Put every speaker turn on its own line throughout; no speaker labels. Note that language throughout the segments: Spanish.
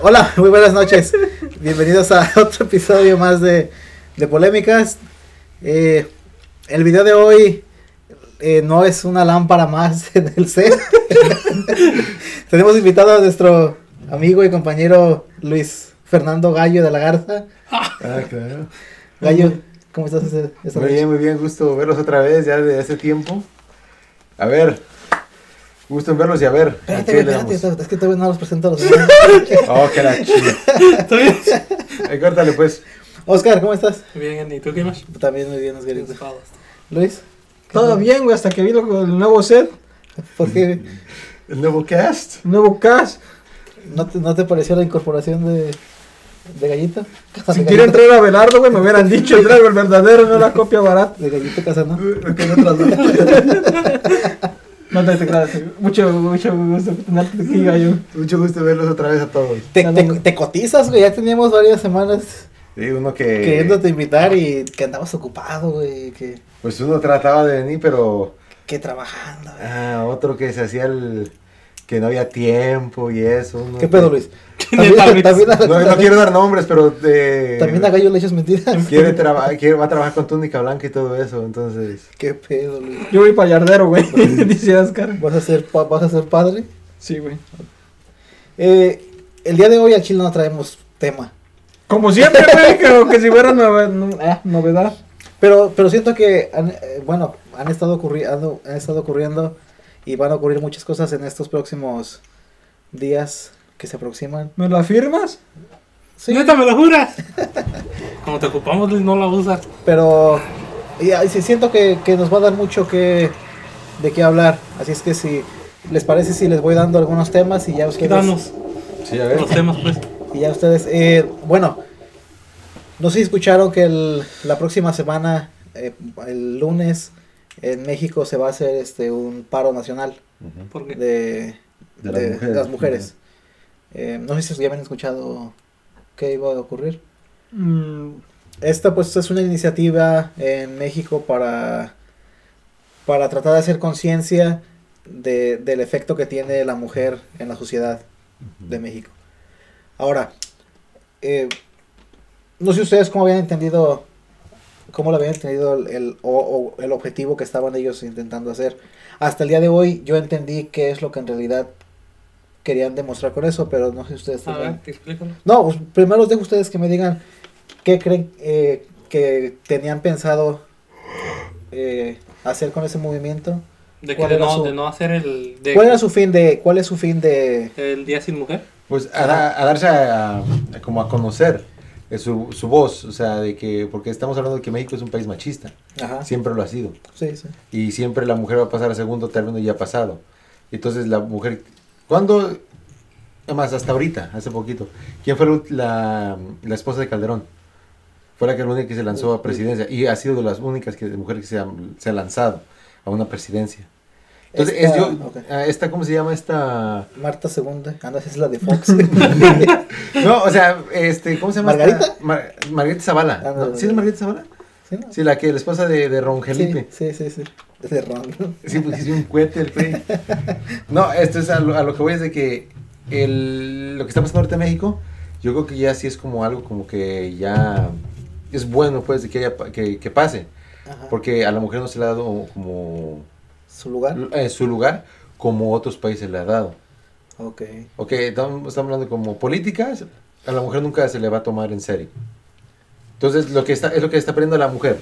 Hola, muy buenas noches. Bienvenidos a otro episodio más de, de Polémicas. Eh, el video de hoy eh, no es una lámpara más en el set. Tenemos invitado a nuestro amigo y compañero Luis Fernando Gallo de la Garza.
Ah, claro.
Gallo, ¿cómo estás esta esta
Muy
noche?
bien, muy bien, gusto verlos otra vez ya de hace tiempo. A ver, gusto en verlos y a ver. ¿a
Espérate,
qué
güey,
le
espérate,
damos?
espérate, es que todavía no los presento a los
Oh, que la chida. Ahí córtale pues.
Oscar, ¿cómo estás?
Bien, ¿y tú qué más?
También muy bien, Oscarito. Luis,
Todo bien, güey, hasta que vi lo- el nuevo set,
¿por qué
El nuevo cast.
el nuevo cast.
no te, no te pareció la incorporación de, de Gallito?
Si quieren traer a Belardo, güey, me hubieran dicho el traigo el verdadero, no la copia barata.
De Gallito Casano.
Lo que no tradujo.
No te creas, mucho, mucho gusto tenerte aquí, gallo.
Mucho gusto verlos otra vez a todos.
Te, te, te cotizas, güey. Ya teníamos varias semanas
Sí, uno que.
queriéndote invitar y que andabas ocupado, güey. Que,
Pues uno trataba de venir, pero.
que trabajando, güey.
Ah, otro que se hacía el. que no había tiempo y eso. uno
¿Qué
que-
pedo, Luis?
Neta,
También,
Luis.
también, a,
No, no quiero dar nombres, pero. eh,
también a Gallo le echas mentiras.
Quiere trabajar, quiere, va a trabajar con túnica blanca y todo eso, entonces.
¿Qué pedo, Luis?
Yo voy para Yardero, güey, dice Oscar.
¿Vas a ser, pa- vas a ser padre?
Sí, güey.
Eh, el día de hoy a Chile no traemos tema.
Como siempre, güey, como que si fuera nove- no- ah, novedad.
Pero, pero siento que, han, eh, bueno, han estado, ocurriendo, han estado ocurriendo y van a ocurrir muchas cosas en estos próximos días que se aproximan.
¿Me la firmas?
Sí,
Neta, me lo juras. Como te ocupamos, Luis, no la usas.
pero y, ah, sí, siento que, que nos va a dar mucho que, de qué hablar. Así es que si les parece, si les voy dando algunos temas y ya ustedes...
Quítanos
Sí, a
los temas, pues.
Y ya ustedes, eh, bueno, no sé si escucharon que el- la próxima semana, eh, el lunes, en México se va a hacer este un paro nacional.
Porque
de, de,
De
de
las
las mujeres.
mujeres.
Eh, no sé si ya habían escuchado qué iba a ocurrir.
Mm,
Esta pues es una iniciativa en México para, para tratar de hacer conciencia de- del efecto que tiene la mujer en la sociedad de México. Ahora, eh, no sé ustedes cómo habían entendido, cómo lo habían entendido el, el- o- o el objetivo que estaban ellos intentando hacer. Hasta el día de hoy yo entendí qué es lo que en realidad querían demostrar con eso, pero no sé si ustedes
A
tengan-
ver, explícalo.
no, pues, primero os dejo a ustedes que me digan qué creen eh, que tenían pensado eh, hacer con ese movimiento.
De que
¿Cuál
de
era
no,
su-
de no hacer el. De,
¿Cuál era su fin de, cuál es su fin de,
El día sin mujer.
Pues a, da- a darse a, a como a conocer eh, su, su voz, o sea, de que, porque estamos hablando de que México es un país machista,
ajá, sí,
siempre lo ha sido,
sí,
y siempre la mujer va a pasar a segundo término y ya ha pasado. Entonces la mujer, ¿cuándo? Además, hasta ahorita, hace poquito, ¿quién fue la ult- la, la esposa de Calderón? Fue la que, la única que se lanzó a presidencia, y ha sido de las únicas que, mujeres que se ha, se ha lanzado a una presidencia. Entonces, es
Esta-
yo-
ok.
ah, esta, ¿cómo se llama esta?
Marta Segunda, ah no, esa es la de Fox.
No, o sea, este, ¿cómo se llama?
¿Margarita?
esta? Mar- Margarita Zavala.
Ah, no,
¿no?
no,
¿Sí es
no.
Margarita Zavala?
¿Sí, no?
Sí, la que, la esposa de, de Ron
sí,
Felipe.
sí, sí, sí. Es de Ron.
Sí, pues hice un cohete el PRI. No, esto es a lo, a lo que voy es de que el, lo que está pasando ahorita en México, yo creo que ya sí es como algo como que ya es bueno, pues, de que, haya pa- que, que pase.
Ajá.
Porque a la mujer no se le ha dado como
Su lugar.
eh, su lugar como otros países le ha dado.
Ok.
Ok, estamos, estamos hablando como políticas, a la mujer nunca se le va a tomar en serio. Entonces, lo que está, es lo que está aprendiendo la mujer,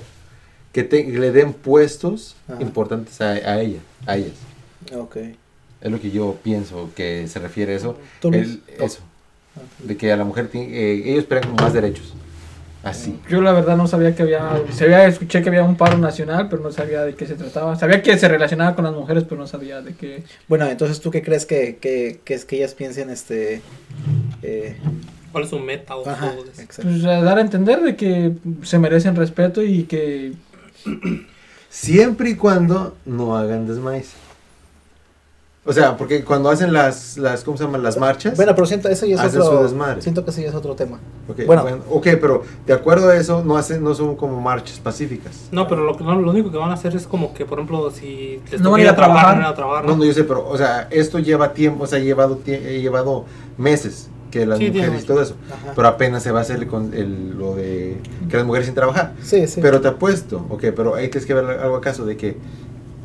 que, te- que le den puestos
Ajá.
importantes a, a ella, a ellas.
Ok.
Es lo que yo pienso que se refiere a eso.
¿Tú, Luis? Eh,
El- eso, de que a la mujer, tiene- eh, ellos esperan como más derechos. Así.
Yo la verdad no sabía que había, sabía, escuché que había un paro nacional, pero no sabía de qué se trataba. Sabía que se relacionaba con las mujeres, pero no sabía de qué.
Bueno, entonces, ¿tú qué crees que, que, que es que ellas piensen este... eh,
¿Cuál es su meta o
ajá,
su-
exacto.
Pues a dar a entender de que se merecen respeto y que
Siempre y cuando no hagan desmays. O sea, porque cuando hacen las, las ¿cómo se llaman? Las marchas.
Bueno, pero siento, eso ya es
Hacen su
otro,
desmadre.
siento que eso ya es otro tema.
Ok,
Bueno.
bueno, ok, pero de acuerdo a eso, no, hacen, no son como marchas pacíficas.
No, pero lo, que, no, lo único que van a hacer es como que, por ejemplo, si les toca
No van a ir a trabajar.
no van a trabajar.
No,
¿no?
no, yo sé, pero, o sea, esto lleva tiempo, o sea, ha llevado, tie- eh, llevado meses que las
Sí, tiene
mujeres y todo eso.
Ajá.
Pero apenas se va a hacer con el- lo de que las mujeres sin trabajar.
Sí, sí.
Pero te apuesto, ok, pero ahí tienes que ver algo acaso de que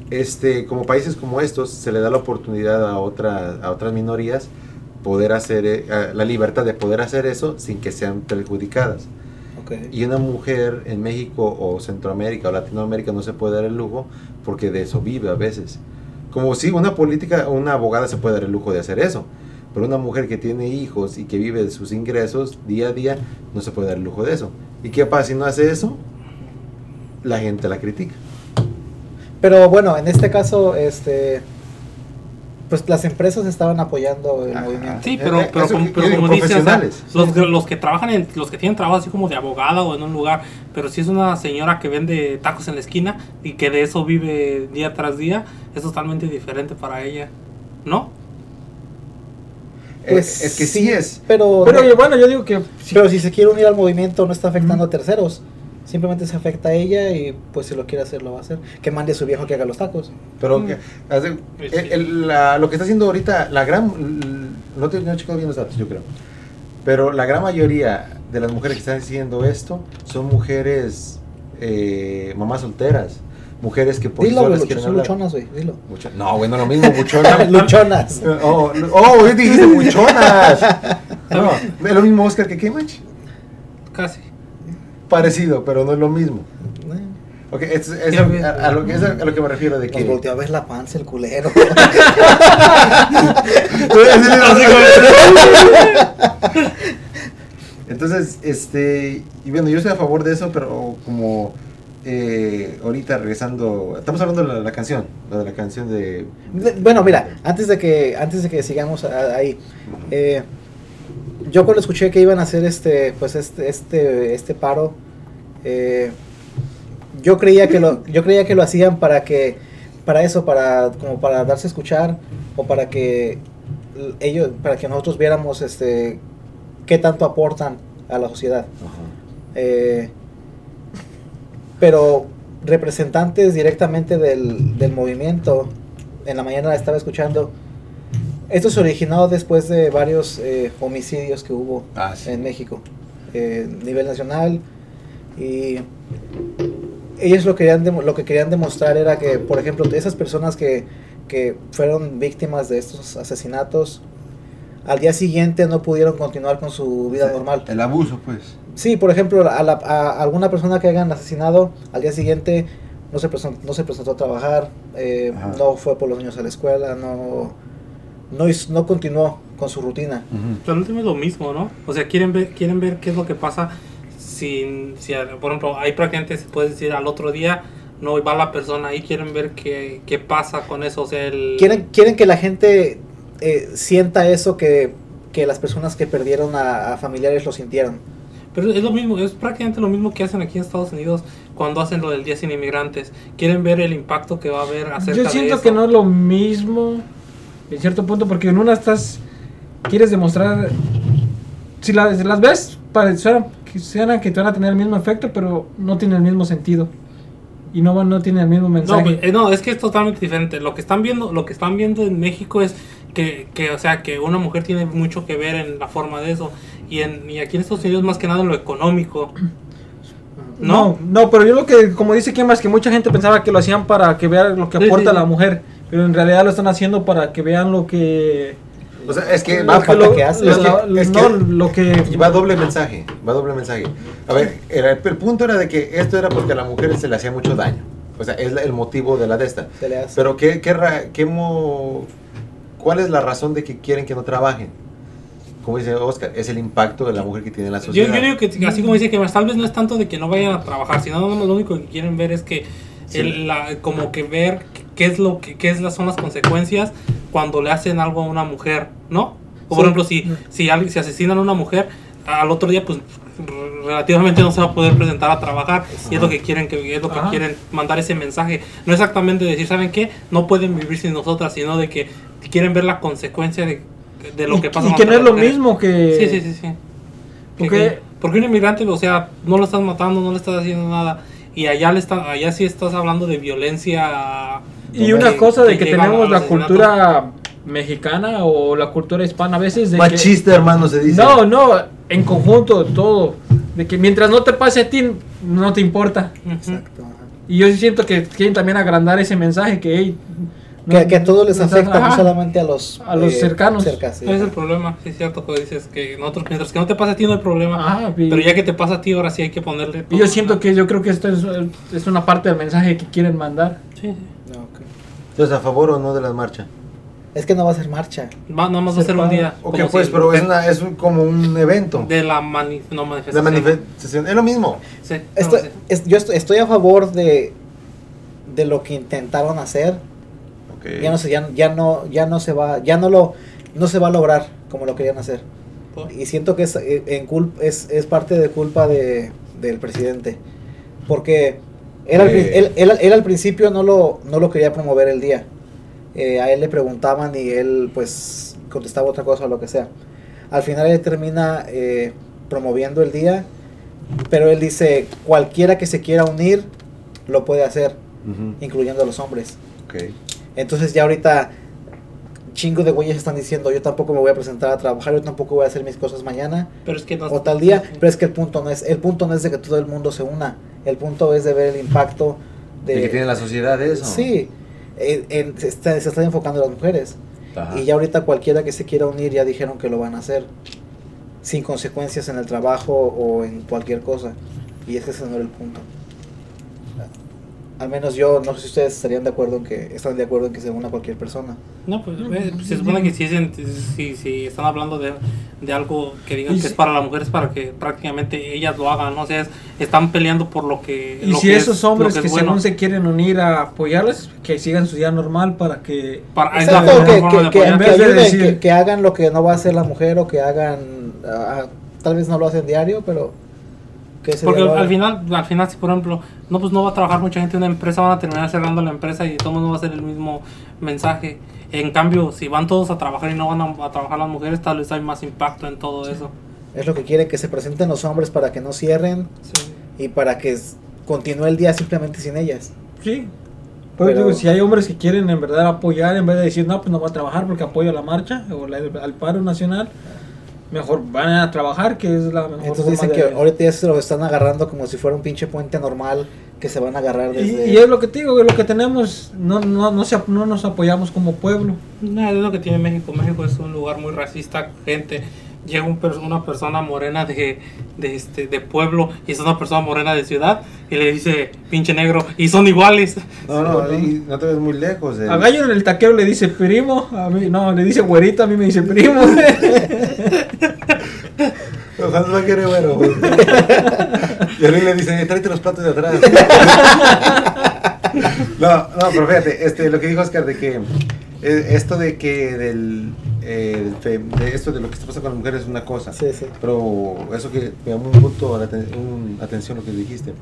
este, como países como estos se le da la oportunidad a, otra, a otras minorías poder hacer, eh, a- la libertad de poder hacer eso sin que sean perjudicadas.
Ok.
Y una mujer en México o Centroamérica o Latinoamérica no se puede dar el lujo porque de eso vive a veces. Como si una política, una abogada se puede dar el lujo de hacer eso, pero una mujer que tiene hijos y que vive de sus ingresos día a día no se puede dar el lujo de eso. ¿Y qué pasa si no hace eso? La gente la critica.
Pero bueno, en este caso, este, pues las empresas estaban apoyando el
Ajá.
movimiento.
Sí, pero,
Eh,
pero
eso
como,
que
pero
quieren,
como dices, o sea,
profesionales.
los, que- los que trabajan, en, los que tienen trabajo así como de abogada o en un lugar, pero si es una señora que vende tacos en la esquina y que de eso vive día tras día, es totalmente diferente para ella, ¿no?
Pues
Eh, es que sí es.
Pero,
Pero
no-
yo- bueno, yo digo que sí,
pero si se quiere unir al movimiento, no está afectando a terceros. Simplemente se afecta a ella y pues si lo quiere hacer, lo va a hacer. Que mande a su viejo que haga los tacos.
Pero
Mm.
que- hace-
Pues
el-
sí.
el- la- lo que está haciendo ahorita, la gran. l- No te no he checado bien los datos, yo creo. Pero la gran mayoría de las mujeres que están haciendo esto son mujeres eh, mamás solteras. Mujeres Pues que por sí
Dilo, güey,
solas
luch-
quieren
son
hablar.
luchonas, güey, dilo.
Mucho- no, bueno, lo mismo, buchona.
luchonas.
Oh, oh, yo dijiste buchonas. No, es lo mismo Oscar que Kimach.
Casi.
Parecido, pero no es lo mismo.
Nos
Ok, es- es
Ya ves,
a, a lo que, es a, a lo que me refiero de que.
volteó a ver la panza el culero.
Entonces, este, y bueno, yo estoy a favor de eso, pero como eh, ahorita regresando, estamos hablando de la, la canción, la de la canción de...
De- Bueno, mira, antes de que, antes de que sigamos a- ahí, eh, yo cuando escuché que iban a hacer este, pues este, este, este paro, eh, yo creía que lo, yo creía que lo hacían para que, para eso, para, como para darse a escuchar o para que l- ellos, para que nosotros viéramos, este, qué tanto aportan a la sociedad. Eh, pero representantes directamente del, del movimiento, en la mañana estaba escuchando, esto se originó después de varios eh, homicidios que hubo
Ah, sí.
en México, eh, a nivel nacional, y ellos lo, querían demo- lo que querían demostrar era que, por ejemplo, esas personas que, que fueron víctimas de estos asesinatos, al día siguiente no pudieron continuar con su vida normal.
El abuso, pues.
Sí, por ejemplo, a, la- a alguna persona que hayan asesinado, al día siguiente no se presentó, no se presentó a trabajar, eh,
Ajá.
no fue por los niños a la escuela, no, no, hiz- no continuó con su rutina.
Pero no es lo mismo, ¿no? O sea, quieren ver, quieren ver qué es lo que pasa si, si, por ejemplo, hay prácticamente se puede decir al otro día no va la persona y quieren ver qué, qué pasa con eso, o sea, el...
Quieren, quieren que la gente eh, sienta eso que, que las personas que perdieron a, a familiares lo sintieron.
Pero es lo mismo, es prácticamente lo mismo que hacen aquí en Estados Unidos cuando hacen lo del Día Sin Inmigrantes. Quieren ver el impacto que va a haber acerca
yo
de
siento
eso.
que no es lo mismo en cierto punto porque en una estás quieres demostrar si las, las ves para suena, que suena que te van a tener el mismo efecto pero no tiene el mismo sentido y no van- no tiene el mismo
No,
mensaje
pues, eh, no, es que es totalmente diferente. Lo que están viendo, lo que están viendo en México es que, que, o sea, que una mujer tiene mucho que ver en la forma de eso. Y, en, y aquí en Estados Unidos más que nada en lo económico.
no,
no.
no, pero yo lo que como dice quien más que mucha gente pensaba que lo hacían para que vean lo que
Sí,
aporta
sí, sí.
la mujer pero en realidad lo están haciendo para que vean lo que
O sea, es que
lo
va,
falta
lo-
que hace.
lo-
Es que- es
no,
que-
lo que
y va doble mensaje, va doble mensaje. A ver, era- el punto era de que esto era porque a la mujer se le hacía mucho daño. O sea, es la- el motivo de la de esta.
Se le hace.
Pero ¿qué, qué, ra- qué mo- ¿cuál es la razón de que quieren que no trabajen? Como dice Oscar, es el impacto de la mujer que tiene en la
Yo,
sociedad.
yo digo que así como dice que más, tal vez no es tanto de que no vayan a trabajar, sino nada más lo único que quieren ver es que
Sí.
el- la- como que ver qué es lo que qué es las son las consecuencias cuando le hacen algo a una mujer, ¿no? O por
Sí.
ejemplo, si si alguien si asesinan a una mujer, al otro día pues re- relativamente no se va a poder presentar a trabajar y es lo que quieren que es lo que
Ajá.
quieren mandar ese mensaje, no exactamente decir, ¿saben qué? No pueden vivir sin nosotras, sino de que quieren ver la consecuencia de, de lo
y,
que pasa
y que no
contra
es lo
las mujeres.
mismo que
Sí, sí, sí, sí.
¿Por
Que-
qué?
que- Porque un inmigrante, o sea, no lo estás matando, no le estás haciendo nada. Y allá, le está, allá sí estás hablando de violencia.
Y
que-
una cosa de que
llega
tenemos
al
la
asesinato.
cultura mexicana o la cultura hispana a veces de que-
Machista, hermano, se dice.
no, no, en conjunto todo, de que mientras no te pase a ti no te importa.
Exacto. ajá.
Y yo sí siento que quieren también agrandar ese mensaje que hey,
que, que a todos les
no-
afecta, no
Mm. ajá.
solamente a los, eh,
A los cercanos.
cerca, sí.
Ese es el problema, sí es cierto que dices que nosotros, mientras que no te pasa a ti no hay problema,
Ajá, y,
pero ya que te pasa a ti ahora sí hay que ponerle
Ah, y yo siento que yo creo que esto es, es una parte del mensaje que quieren mandar.
Sí, sí.
No, ok.
Entonces, ¿a favor o no de la marcha?
Es que no va a ser marcha.
Va, nada más va a ser un día.
Ok,
como
pues,
si-
pero es, una- es un- como un evento.
De la mani- no,
la
manifestación.
manifestación. Es lo mismo.
Sí, no,
Esto-
sí.
es- yo estoy, estoy a favor de, de lo que intentaron hacer.
Okay.
Ya no sé, ya, ya no, ya no se va, ya no lo, no se va a lograr como lo querían hacer.
Por-
Y siento que es, eh, en cul- es, es parte de culpa de, del presidente. Porque él, al, pri-
Eh.
él, él- él al principio no lo, no lo quería promover el día. Eh, a él le preguntaban y él pues contestaba otra cosa o lo que sea. Al final él termina eh, promoviendo el día, pero él dice, cualquiera que se quiera unir lo puede hacer,
Ujú,
incluyendo a los hombres.
ok.
Entonces ya ahorita chingo de güeyes están diciendo, yo tampoco me voy a presentar a trabajar, yo tampoco voy a hacer mis cosas mañana
Pero es que no.
o tal día,
Sí, sí.
pero es que el punto no es, el punto no es de que todo el mundo se una, el punto es de ver el impacto de,
De, que tiene la sociedad eso.
sí, en- en- se, está, se está enfocando en las mujeres
Ajá.
y ya ahorita cualquiera que se quiera unir ya dijeron que lo van a hacer sin consecuencias en el trabajo o en cualquier cosa y es que ese no era el punto. Al menos yo, no sé si ustedes estarían de acuerdo en que están de acuerdo en que se una cualquier persona.
No, pues, eh, se supone que si, es en- si, si están hablando de, de algo que digan
Y
que
si-
es para las mujeres, para que prácticamente ellas lo hagan, ¿no? o sea, es- están peleando por lo que.
Y
lo
si
que
esos
es-
hombres
lo
que,
es bueno.
según se quieren unir a apoyarles, que sigan su día normal para que...
Para, es la
Exacto,
mejor
que,
forma de
que, que-
apoyar.
que
En vez de
ayuden,
decir-
que- que hagan lo que no va a hacer la mujer o que hagan, ah, tal vez no lo hacen diario, pero que se
Porque al,
dialogue.
al final, al final, si por ejemplo, no, pues no va a trabajar mucha gente en una empresa, van a terminar cerrando la empresa y todo el mundo va a hacer el mismo mensaje. En cambio, si van todos a trabajar y no van a, a trabajar las mujeres, tal vez hay más impacto en todo eso.
es lo que quiere que se presenten los hombres para que no cierren y para que s- continúe el día simplemente sin ellas.
Sí. Pero,
Pero-
digo, si hay hombres que quieren en verdad apoyar, en vez de decir, no, pues no voy a trabajar porque apoyo a la marcha o la- al paro nacional, mejor van a trabajar, que es la mejor
Entonces
forma
dicen
de-
que ahorita ya se los están agarrando como si fuera un pinche puente normal que se van a agarrar desde...
Y, y es lo que te digo, güey, lo que tenemos, no, no, no, se ap- no nos apoyamos como pueblo.
No, es lo que tiene México. México es un lugar muy racista, gente. Llega un pers- una persona morena de, de, este, de pueblo y es una persona morena de ciudad y le dice pinche negro y son iguales.
No, no, y no te ves muy lejos. eh.
A Gallo en el taquero le dice primo, a mí no, le dice güerito, a mí me dice primo.
Ojalá no quiere, bueno. Y a mí le dicen, tráete los platos de atrás. no, no, pero fíjate, este, lo que dijo Oscar de que eh, esto de que del, eh, del fe- de esto de lo que está pasando con las mujeres es una cosa.
Sí, sí.
Pero eso que me llamó un punto la aten- un- atención lo que dijiste.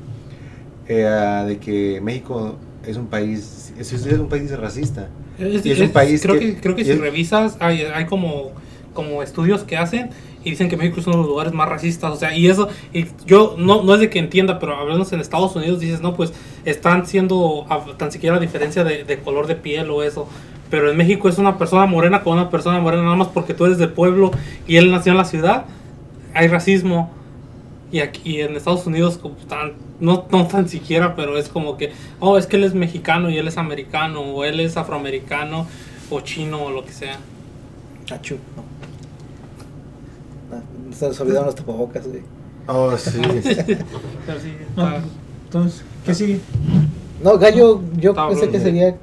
eh, ah, de que México es un país, es, es un país racista.
Es,
Y es un
es-
país
creo
que-
que, creo que
y
si
es-
revisas, hay, hay como, como estudios que hacen y dicen que México es uno de los lugares más racistas. O sea, y eso, y yo no, no es de que entienda, pero hablando en Estados Unidos, dices, no, pues están siendo a- tan siquiera la diferencia de, de color de piel o eso. Pero en México es una persona morena con una persona morena, nada más porque tú eres del pueblo y él nació en la ciudad. Hay racismo. Y aquí en Estados Unidos, como tan- no, no tan siquiera, pero es como que, oh, es que él es mexicano y él es americano, o él es afroamericano, o chino, o lo que sea.
Achú. No. No, se nos olvidaron los tapabocas, güey.
Oh, sí.
Pero sí,
Ah,
está-
Entonces, ¿qué sigue?
No, Gallo, yo
Está
pensé
bueno,
que
sí.
sería...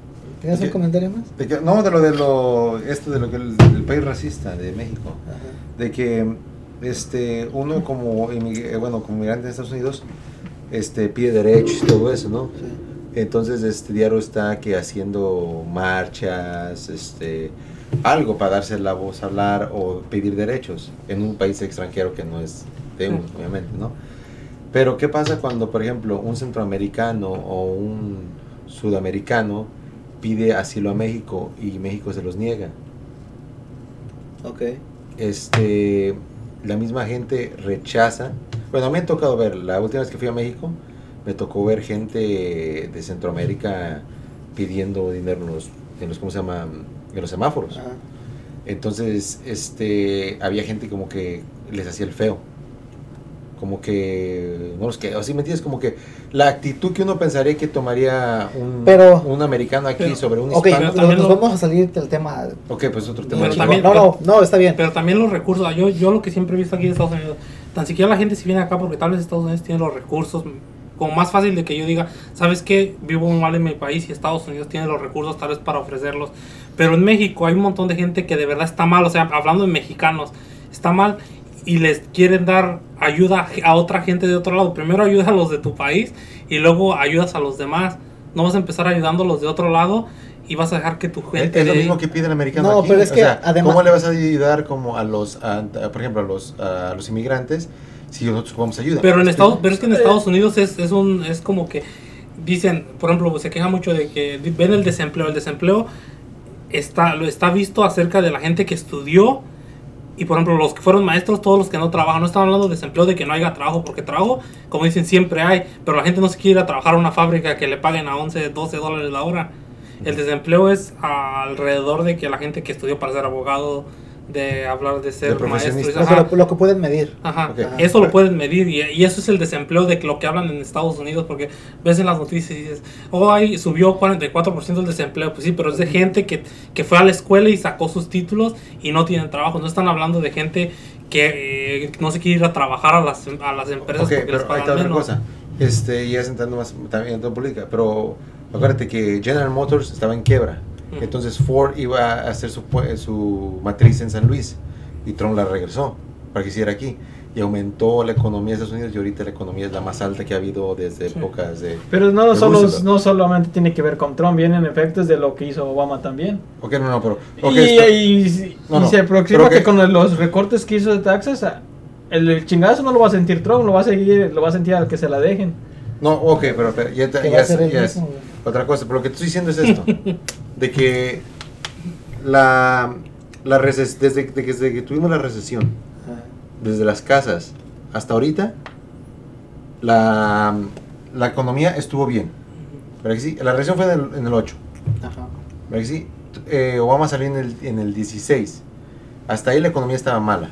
¿Tenías un
Ok.
comentario más?
De que- no, de lo de lo, esto de lo que el, del país racista de México.
Ajá.
de que este uno como inmi- eh, bueno como migrante en Estados Unidos este pide derechos y todo eso no entonces este diario está que haciendo marchas este algo para darse la voz hablar o pedir derechos en un país extranjero que no es de uno obviamente no pero qué pasa cuando por ejemplo un centroamericano o un sudamericano pide asilo a México y México se los niega
Ok.
este, la misma gente rechaza. Bueno, me ha tocado ver, la última vez que fui a México, me tocó ver gente de Centroamérica pidiendo dinero en los, en los ¿cómo se llama? de los semáforos.
Ajá.
Entonces, este, había gente como que les hacía el feo. Como que, no los que, así me entiendes, como que la actitud que uno pensaría que tomaría un,
Pero-
un americano aquí
Pero-
sobre un
Ok,
hispano.
pero
lo-
también
nos
lo-
vamos a salir del tema.
Ok, pues otro tema.
Pero
chico.
también-
no, no, no, está bien.
Pero también los recursos. Yo, yo lo que siempre he visto aquí en Estados Unidos, tan siquiera la gente si viene acá porque tal vez Estados Unidos tiene los recursos, como más fácil de que yo diga, ¿sabes qué? Vivo mal en mi país y Estados Unidos tiene los recursos tal vez para ofrecerlos. Pero en México hay un montón de gente que de verdad está mal, o sea, hablando de mexicanos, está mal y les quieren dar ayuda a otra gente de otro lado. Primero ayuda a los de tu país y luego ayudas a los demás. No vas a empezar ayudando a los de otro lado y vas a dejar que tu
Es,
gente...
es lo
de-
mismo que pide el americano.
No,
aquí.
pero es
O
que
sea,
además-
¿Cómo le vas a ayudar como a los, a- a, por ejemplo, a los, a los inmigrantes si nosotros vamos a ayudar?
Pero en este,
¿Me
Estados,
explico?
pero es que en Estados Unidos es, es un es como que dicen, por ejemplo, se queja mucho de que di- ven el desempleo, el desempleo está lo está visto acerca de la gente que estudió y por ejemplo los que fueron maestros, todos los que no trabajan, no están hablando de desempleo de que no haya trabajo, porque trabajo, como dicen, siempre hay, pero la gente no se quiere ir a trabajar a una fábrica que le paguen a 11, 12 dólares la hora. El desempleo es alrededor de que la gente que estudió para ser abogado, de hablar de ser maestro.
profesionista.
y-
Lo que,
pues, ajá.
lo, lo que pueden medir.
Ajá,
Ok.
eso lo pueden medir y, y eso es el desempleo de lo que hablan en Estados Unidos porque ves en las noticias y dices, oh, ahí subió 44% el desempleo, pues sí, pero es de gente que, que fue a la escuela y sacó sus títulos y no tienen trabajo, no están hablando de gente que eh, no se quiere ir a trabajar a las, a las empresas
Ok,
porque les
pero ahí está
pagan
otra
menos.
cosa. Este, ya sentando más también en todo política, pero acuérdate que General Motors estaba en quiebra.
Ujú.
Entonces Ford iba a hacer su, pue- su matriz en San Luis y Trump la regresó para que hiciera aquí. Y aumentó la economía de Estados Unidos y ahorita la economía es la más alta que ha habido desde
Sí.
épocas de...
Pero no,
Me
solo,
gusta, pero-
no solamente tiene que ver con Trump, vienen efectos de lo que hizo Obama también.
Ok, no, no, pero... ok,
y,
esto-
y-
No,
y
no,
se aproxima
pero
que,
que-
con los recortes que hizo de taxas, a- el, el chingazo no lo va a sentir Trump, lo va a seguir, lo va a sentir al que se la dejen.
No, ok, pero, pero ya, te-
Que va
ya
a ser
es-
el
ya es
mismo, güey.
otra cosa. Pero lo que te estoy diciendo es esto: de que la, la reces- desde, de que- desde que tuvimos la recesión,
Ajá.
desde las casas hasta ahorita, la, la economía estuvo bien. ¿Verdad que sí? La recesión fue en el, en el 8,
Ajá.
¿verdad que sí? T- eh, Obama salió en el, en el 16. Hasta ahí la economía estaba mala.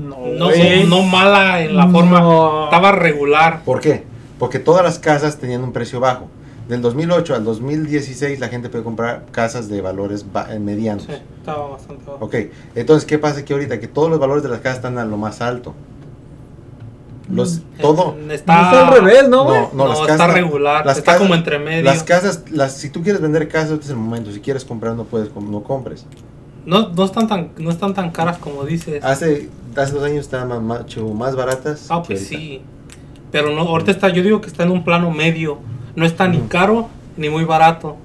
No,
No,
güey.
no mala en la forma,
No.
estaba regular.
¿Por qué? Porque todas las casas tenían un precio bajo. Del 2008 al 2016 la gente puede comprar casas de valores ba- eh, medianos.
Sí, estaba bastante bajo.
Ok, entonces, ¿qué pasa aquí ahorita? Que todos los valores de las casas están a lo más alto. Los, todo...
No, está al revés, ¿no, güey?
No,
Mm, No,
las
está
casas-
regular,
las
está
casas-
como entre medio.
Las casas, las, si tú quieres vender casas, este es el momento. Si quieres comprar, no puedes, com- no compres.
no, no, están tan, no están tan caras como dices.
Hace, hace dos años estaban más, más, chu- más baratas.
Ah,
que
pues
ahorita.
sí. Pero no, ahorita está, yo digo que está en un plano medio. No está ni caro ni muy barato.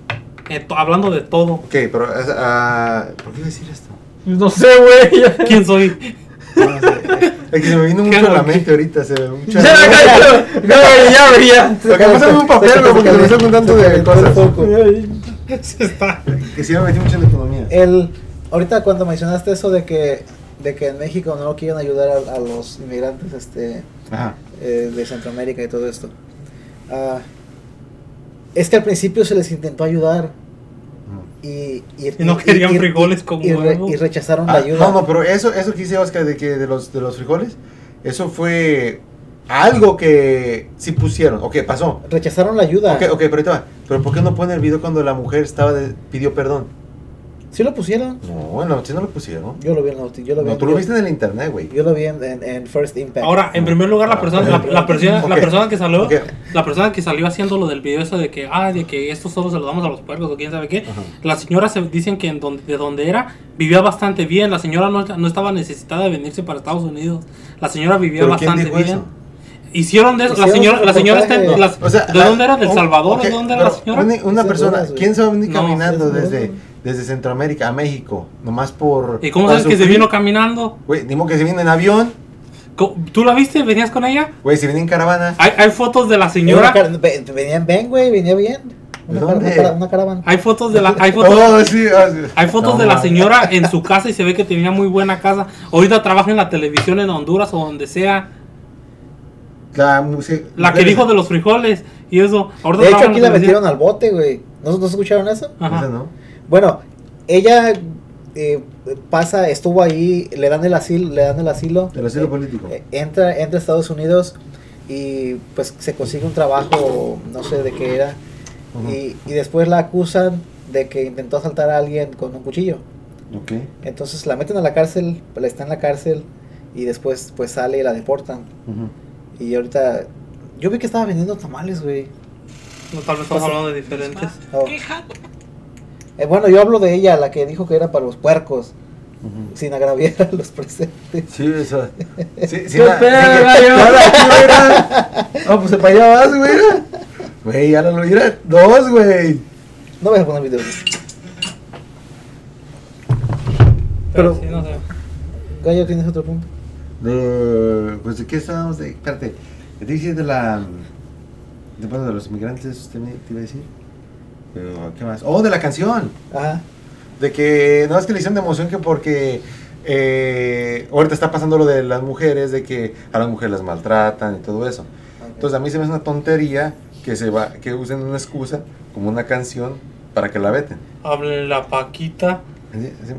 Eh, to- hablando de todo.
Ok, pero... es- ah, ¿Por qué decir esto?
No sé, güey.
¿Quién soy?
No sé, es que se me vino
¿Qué
mucho a
hago
la
aquí?
mente ahorita. Se me mucho...
Ya, ya, ya, ya, ya, vería.
Lo que pasa es un papel, güey, porque me estoy contando de cosas.
Se está.
Que sí me metí mucho en la economía.
El, ahorita cuando mencionaste eso de que, de que en México no quieren ayudar a, a los inmigrantes este,
Ajá.
eh, de Centroamérica y todo esto. ah, es que al principio se les intentó ayudar y, y,
Y no
y-
querían
y-
frijoles con
y, re-
huevo.
y rechazaron
Ah,
la ayuda.
No, no, pero eso, eso que dice Oscar de que de los, de los frijoles, eso fue algo que sí pusieron. Ok, pasó.
Rechazaron la ayuda.
Ok, ok, pero ahí te va. Pero ¿por qué no ponen el video cuando la mujer estaba de- pidió perdón?
Sí lo pusieron.
No, en la noche no lo pusieron.
Yo lo vi en la noti- yo lo vi
No,
en-
tú lo
yo-
viste en el internet, güey.
Yo lo vi en, en- en First Impact.
Ahora, en primer lugar, la persona, la, la persona, la
Ah, Ok.
persona que salió,
Ok.
la persona que salió haciendo lo del video eso de que, ah, de que esto solo se lo damos a los puercos o quién sabe qué.
Ajá.
Las señoras se dicen que en donde, de donde era vivía bastante bien. La señora no, no estaba necesitada de venirse para Estados Unidos. La señora vivía
¿Pero quién
bastante
dijo
bien.
eso?
Hicieron de eso. La
Hicieron
señora,
un
la señora está en.
reportaje.
las- ¿De
la-
dónde era? ¿Del
un-
Salvador?
ok,
¿De dónde era la
pero
señora?
Una, una
Sí,
persona,
dudas, güey.
¿quién se va a venir
No,
caminando
sí, dudas,
desde,
güey.
desde Centroamérica a México? Nomás por.
¿Y cómo
para
sabes que se
sufrir.
vino caminando?
Güey, dimos que se viene en avión.
Co- ¿Tú la viste? ¿Venías con ella?
Güey, se viene en caravana.
Hay, hay fotos de
Era
la
una
señora.
car- ve- venía en Ben, güey, venía bien. Una,
¿De
car-
dónde?
una cara- una caravana.
Hay fotos de la. Hay fotos.
Oh, sí, ah, sí.
Hay fotos
No,
de la
mames.
señora en su casa y se ve que tenía muy buena casa. Ahorita trabaja en la televisión en Honduras o donde sea.
La, muse-
La que
mujer-
dijo de los frijoles y eso. Ahorita
De
trabaja
hecho,
en
aquí la
televisión.
metieron al bote, güey. ¿No, no escucharon eso?
Esa
Ajá.
no.
Bueno, ella eh, pasa, estuvo ahí, le dan el asilo, le dan el asilo.
El asilo
eh,
político.
eh, entra, entra a Estados Unidos y pues se consigue un trabajo, no sé de qué era.
Ujú.
y, y después la acusan de que intentó asaltar a alguien con un cuchillo.
Ok.
Entonces la meten a la cárcel, la está en la cárcel y después pues sale y la deportan.
Ujú.
Y ahorita yo vi que estaba vendiendo tamales, güey.
No, tal vez estamos hablando de diferentes.
Oh.
Queja.
Eh, bueno, yo hablo de ella, la que dijo que era para los puercos,
Ujú.
sin agraviar a los presentes.
Sí, eso. Sí, sí.
¿Qué
la-
pedo,
sí,
gallo?
Ah, pues para allá vas, güey. mira. Güey, ya lo mira. Dos, güey.
No voy a poner videos.
Pero,
Pero-
sí, no sé.
Gallo, ¿tienes otro punto?
No, pues de qué estábamos. De, espérate. Te dije de la. De, bueno, de los migrantes, te, me- te iba a decir. Pero, ¿Qué más? Oh, de la canción.
Ajá.
De que no es que le hicieron de emoción que porque eh, ahorita está pasando lo de las mujeres, de que a las mujeres las maltratan y todo eso. Entonces a mí se me hace una tontería que se va, que usen una excusa como una canción para que la veten.
Hable la Paquita.
¿Sí? ¿Sí?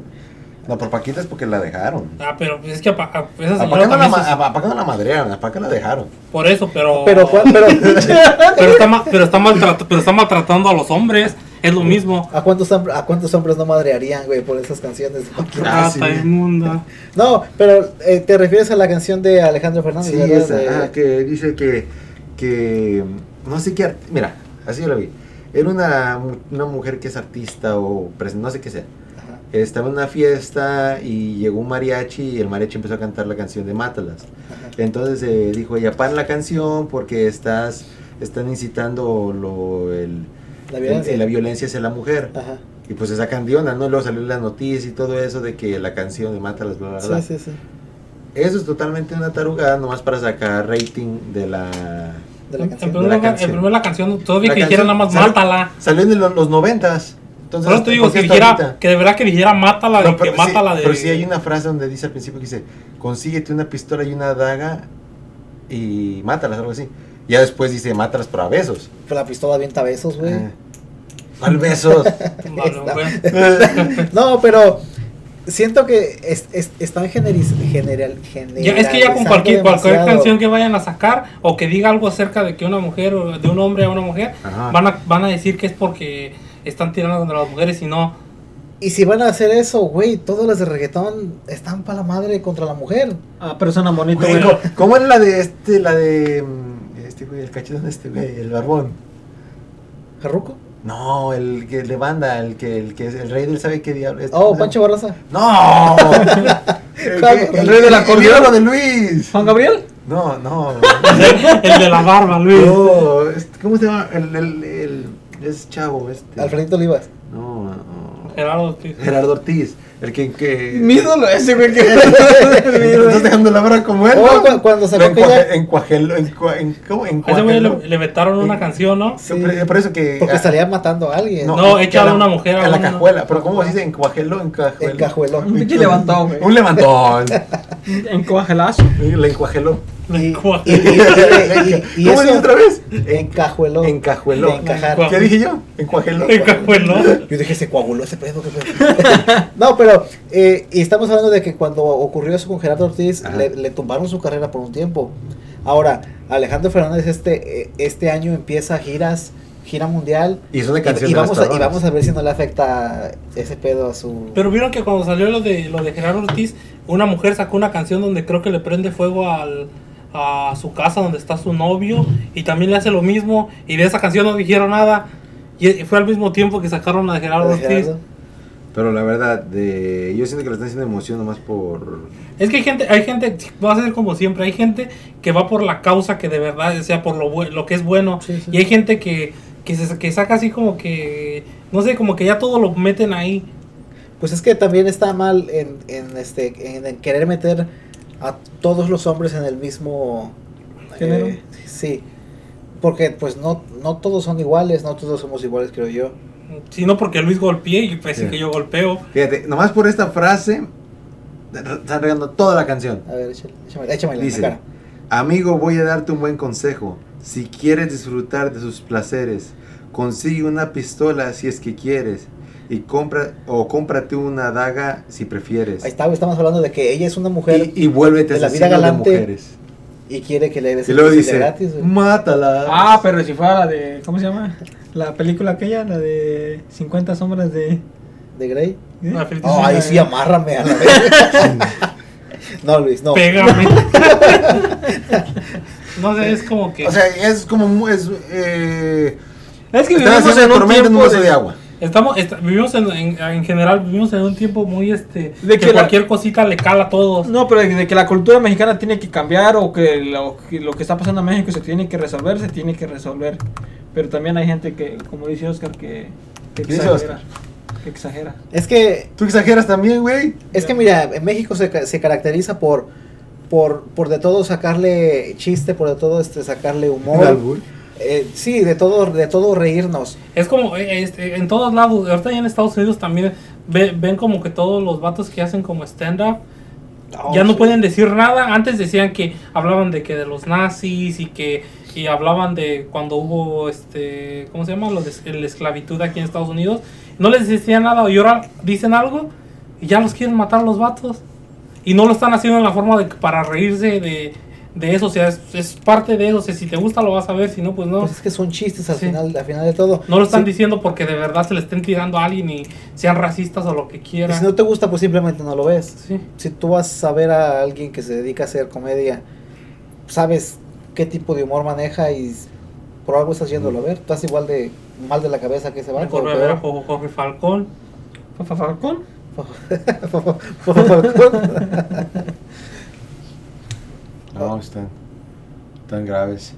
No, por Paquita es porque la dejaron.
Ah, pero es que a, Pa- a esa
A
señora
Paquita no la,
también
ma-
se-
a Pa- a Paquita no la madrearon, a Paquita la dejaron.
Por eso, pero.
Pero, ¿cuál- pero
pero está, ma- pero, está maltrat- pero está maltratando a los hombres. Es lo mismo.
¿a, cuántos, hom- ¿a cuántos hombres no madrearían, güey, por esas canciones?
Ah,
Rata
sí.
inmunda.
No, pero eh, te refieres a la canción de Alejandro Fernández,
Sí,
¿verdad?
esa,
De-
ah, que dice que, que mm, no sé qué, art- mira, así yo la vi. Era una, mu- una mujer que es artista o pres- no sé qué sea.
Ajá.
Estaba en una fiesta y llegó un mariachi y el mariachi empezó a cantar la canción de Mátalas.
Ajá.
Entonces eh, dijo ella, para la canción porque estás, están incitando lo, el,
La violencia. Ah.
el- la violencia hacia la mujer.
Ajá.
Y pues esa canción, ¿no? Y Luego salió la noticia y todo eso de que la canción de Mátalas, bla, bla, bla.
Sí, sí, sí.
Eso es totalmente una tarugada, nomás para sacar rating de la...
De la
En
canción.
primer,
La
lugar,
canción.
en primer la canción, todavía
La
que
canción
dijeran nada más,
sale-
mátala.
Salió en el- los noventas. Entonces,
Por eso te digo
¿por qué
que
está
dijera,
pues ahorita?
que de verdad que dijera mátala, de
No, pero
que
sí-
mátala de.
Pero sí hay una frase donde dice al principio que dice, consíguete una pistola y una daga y mátalas, algo así. Ya después dice, mátalas pero a besos.
Fue La pistola avienta besos, güey.
Eh, ¿Cuál besos?
Vale, güey.
No, pero siento que es, es- están generiz, general,
Ya, es que ya con
generalizando
cualquier, cualquier
demasiado.
canción que vayan a sacar o que diga algo acerca de que una mujer o de un hombre a una mujer
Ajá.
van a, van a decir que es porque están tirando contra las mujeres y no
Y si van a hacer eso, güey, todas las de reggaetón están para la madre contra la mujer.
Ah, pero suena bonito,
Güey,
güey.
¿cómo- ¿Cómo era la de este, la de... mm, Este güey, el cachetón este güey, el barbón?
¿Jarruco?
No, el que le banda, el que, el que es el rey del sabe qué diablo. Este,
Oh,
¿cómo se
Pancho Barraza.
llama? No. el, que- el rey del acordeón de Luis.
Juan Gabriel.
No, no.
el de la barba, Luis.
No, este, ¿cómo se llama? El, el, el, es chavo este.
Alfredito Olivas.
No, no.
Gerardo Ortiz.
Gerardo Ortiz, el que... que
Mi ídolo ese, güey. Que...
Estás dejando la hora como él,
Oh,
¿no?
cu- cuando sacó
Lo encuaje-
aquella-
encuajeló, encua- en- ¿cómo?
A ese güey
Encuajeló.
le, le vetaron una
Sí.
canción, ¿no?
Sí.
Por- Por eso que...
Porque
ah,
salía matando a alguien.
No, echa
que
a
la-
una mujer a
A la
una-
cajuela, pero ¿cómo se dice? Encuajeló, encajueló.
Encajuelón.
Un pinche levantón, güey.
Un levantón.
En Coajelazo.
La encuajeló.
Y,
Cuajo.
y- y- y- y- y eso-
¿Cómo dice otra vez?
Encajueló.
Encajueló.
De encajar.
¿Qué dije yo? Encuajeló.
El cajuelón.
Yo dije, se coaguló ese pedo. qué pedo. no, pero eh, y estamos hablando de que cuando ocurrió eso con Gerardo Ortiz,
Ajá.
le, le tumbaron su carrera por un tiempo. Ahora, Alejandro Fernández este, eh, este año empieza giras, gira mundial.
Y es una
Y-
canción
y,
de las
vamos a, y
taronas.
vamos a ver si no le afecta ese pedo a su...
Pero vieron que cuando salió lo de lo de Gerardo Ortiz, una mujer sacó una canción donde creo que le prende fuego al a su casa donde está su novio y también le hace lo mismo y de esa canción no dijeron nada y y fue al mismo tiempo que sacaron a Gerardo
a
Ortiz.
Gerardo.
Pero la verdad, de... yo siento que le están haciendo emoción nomás por...
Es que hay gente, hay gente, va a ser como siempre, hay gente que va por la causa que de verdad, o sea, por lo, bue- lo que es bueno.
Sí, sí.
Y hay gente que, que, se, que saca así como que, no sé, como que ya todo lo meten ahí.
Pues es que también está mal en, en este, en, en querer meter a todos los hombres en el mismo eh,
Género.
sí. Porque pues no, no todos son iguales, no todos somos iguales, creo yo.
Sino porque Luis golpeé y parece
Sí.
que yo golpeo.
Fíjate, nomás por esta frase, están regando toda la canción.
A ver, échale, échame, échame la
Dice,
cara.
Amigo, voy a darte un buen consejo. Si quieres disfrutar de sus placeres, consigue una pistola si es que quieres. y compra o cómprate una daga si prefieres.
Ahí está, güey, estamos hablando de que ella es una mujer
y, y vuélvete
de la vida
asesino de
galante.
mujeres.
y quiere que le des
Y luego
el fusil
dice,
gratis, güey.
mátala.
Ah, pero si fuera la de. ¿Cómo se llama? La película aquella, la de 50 sombras de.
de Grey.
¿eh?
La Fifty
Oh,
Shades.
ahí sí, amárrame a la verga. No, Luis, no.
Pégame. no sé, es como que.
O sea, es como... mu- Es, eh,
Es que
están
vivimos
haciendo
en un
tormenta en un
tiempo
vaso
de-
de, agua.
Estamos, est- vivimos en, en, en general, vivimos en un tiempo muy este.
De
que,
que la-
cualquier cosita le cala a todos.
No, pero de que la cultura mexicana tiene que cambiar o que lo, que lo que está pasando en México se tiene que resolver, se tiene que resolver. Pero también hay gente que, como dice Oscar, que, que
Dice
exagera.
Oscar.
Que exagera.
Es que,
Tú exageras también, güey.
es que mira, en México se, ca- se caracteriza por, por, por de todo sacarle chiste, por de todo este, sacarle
Un
humor.
albur.
Eh, sí, de todo, de todo reírnos.
Es como eh, este, en todos lados, ahorita ya en Estados Unidos también ve- ven como que todos los vatos que hacen como stand-up ya no
Oh, sí.
pueden decir nada. Antes decían que hablaban de que de los nazis y que y hablaban de cuando hubo este, ¿cómo se llama? Lo de es- la esclavitud aquí en Estados Unidos. No les decían nada y ahora dicen algo y ya los quieren matar los vatos. Y no lo están haciendo en la forma de que- para reírse de, de eso, o sea, es, es parte de eso, o sea, si te gusta lo vas a ver, si no, pues no.
Pues es que son chistes al,
Sí.
final, al final de todo.
No lo están
Sí.
diciendo porque de verdad se le estén tirando a alguien y sean racistas o lo que
Y
quieran.
si no te gusta, pues simplemente no lo ves.
Sí.
si tú vas a ver a alguien que se dedica a hacer comedia, sabes qué tipo de humor maneja y s- por algo estás yéndolo a ver. Estás igual de mal de la cabeza que ese barco.
Mejor voy a ver a Jo- Jorge Falcón.
Fa- fa- Falcón.
No, están tan graves.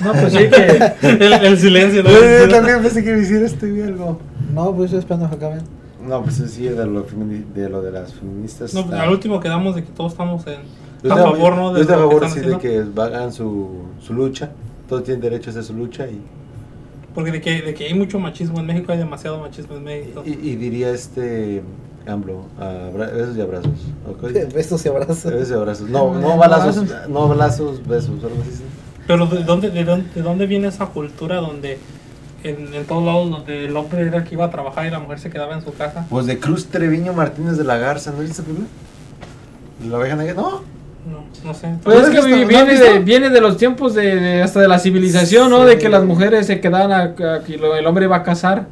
No, pues sí que.
el, el silencio. ¿no?
Yo también pensé que iba a decir esto y algo.
No, pues estoy esperando a que acaben.
No, pues sí, de lo, femini- de, lo de las feministas.
No, pues,
está-
al último quedamos de que todos estamos en,
Yo
a
estoy-
favor, ¿no?
Yo estoy a
lo
favor sí,
están
de
haciendo.
que hagan su, su lucha. Todos tienen derecho a hacer su lucha y,
Porque de que, de que hay mucho machismo en México, hay demasiado machismo en México.
y, y diría este AMLO, abra- besos y abrazos. ¿ok?
Besos y abrazos.
Besos y abrazos. No, no balazos, no balazos, besos. algo así, sí.
Pero ¿de dónde, de, dónde, de dónde viene esa cultura donde en, en todos lados donde el hombre era el que iba a trabajar y la mujer se quedaba en su casa?
Pues de Cruz Treviño Martínez de la Garza, ¿no viste esa película? ¿De la oveja negra? No.
No, no sé.
Pues
¿No
es
has
que
visto?
vi-
¿No has
viene, de,
visto?
viene de los tiempos de, de- hasta de la civilización, ¿no? De que las mujeres se quedaban a, a- que lo- el hombre iba a cazar.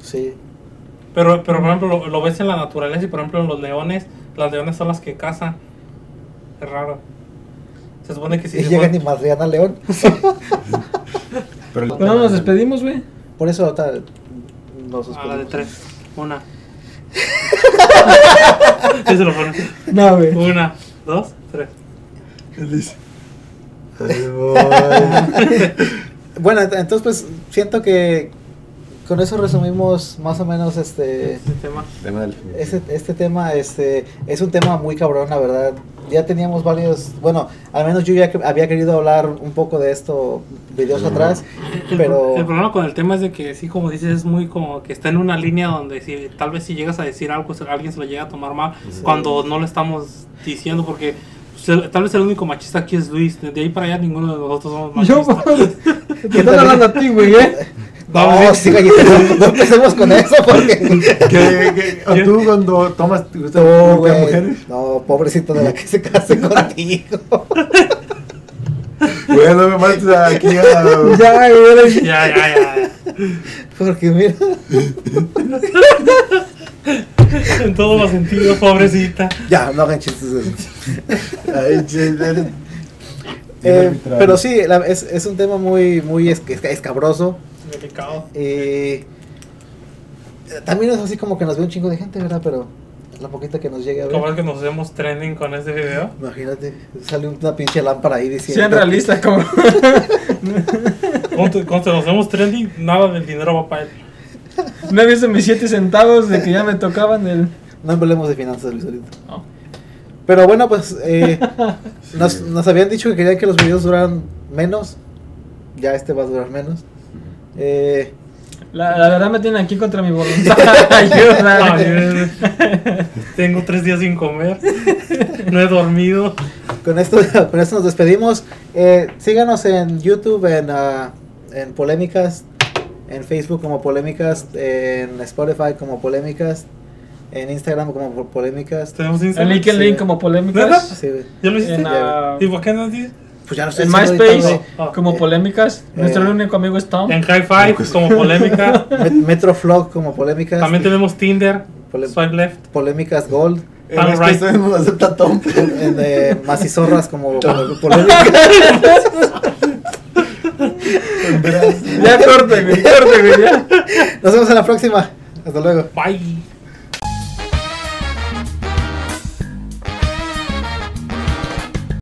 Sí.
Pero, pero por ejemplo, lo, lo ves en la naturaleza y por ejemplo en los leones, las leones son las que cazan. Es raro. Se supone que si
y
se
llegan
pone-
y madrean al león.
Pero
Bueno, nos despedimos, güey.
Por eso ahorita nos
A Ah, la de
despedimos.
tres. Una. Ahí se lo pone.
No, güey.
Una, dos, tres.
Ahí voy.
Bueno, ent- entonces pues siento que con eso resumimos más o menos este...
Ese tema.
Tema del feminismo.
Este, este tema este, es un tema muy cabrón, la verdad. Ya teníamos varios, bueno, al menos yo ya que- había querido hablar un poco de esto videos atrás,
El,
pero...
el problema con el tema es de que sí, como dices, es muy como que está en una línea donde si tal vez si llegas a decir algo, se- alguien se lo llega a tomar mal cuando no lo estamos diciendo porque se- tal vez el único machista aquí es Luis. De ahí para allá ninguno de nosotros somos
Yo,
machistas.
Te están hablando a ti, güey, ¿eh?
No, sí, galleta, no, no empecemos con eso porque...
¿Qué, qué? o tú cuando tomas te gusta
No,
no,
güey,
mujeres?
no, pobrecito de la que se case contigo.
Güey, no me mates aquí a la...
Ya, güey.
Ya, ya, ya. ya.
Porque mira,
En todos los sentidos, pobrecita.
ya, no hagan chistes. de eso.
Ay, che, eres-
Eh,
arbitrario.
pero sí, la- es, es un tema muy, muy es- es- escabroso.
Delicado.
Eh, también es así como que nos ve un chingo de gente, ¿verdad? Pero la poquita que nos llegue a ver.
¿Cómo es que nos hacemos trending con este video?
Imagínate, sale una pinche lámpara ahí diciendo.
Sean realistas, cabrón.
¿Cómo te- cómo te nos hacemos trending? Nada del dinero va para él.
No he visto mis 7 centavos de que ya me tocaban el.
No hablemos de finanzas, Luis, ahorita. Pero bueno, pues eh, nos, nos habían dicho que querían que los videos duraran menos. Ya este va a durar menos. Eh,
La, la verdad me tienen aquí contra mi voluntad. Ayuda.
Ay, Tengo tres días sin comer. No he dormido.
con, esto, con esto nos despedimos. Eh, síganos en YouTube, en, ah, en Polémicas, en Facebook como Polémicas, en Spotify como Polémicas, en Instagram como po- Polémicas.
Tenemos
En
Instagram.
LinkedIn
Sí.
como
¿Nada?
polémicas.
Sí, güey.
¿Ya lo hiciste?
En, ah,
¿Y por qué no dices?
Pues ya no estoy
en
diciendo
MySpace
ahorita,
Ah,
como
eh,
polémicas. Nuestro
eh,
único amigo es Tom.
En Hi-Fi como polémica.
güey. Met- Metroflog como Polémicas.
También tenemos Tinder,
Pole-
Swipe Left.
Polémicas Gold.
En las que
Alright.
ustedes no lo acepta Tom.
En eh, Macizorras como pol- Polémicas.
Ya corte, güey, corte, güey, ya.
Nos vemos en la próxima. Hasta luego.
Bye.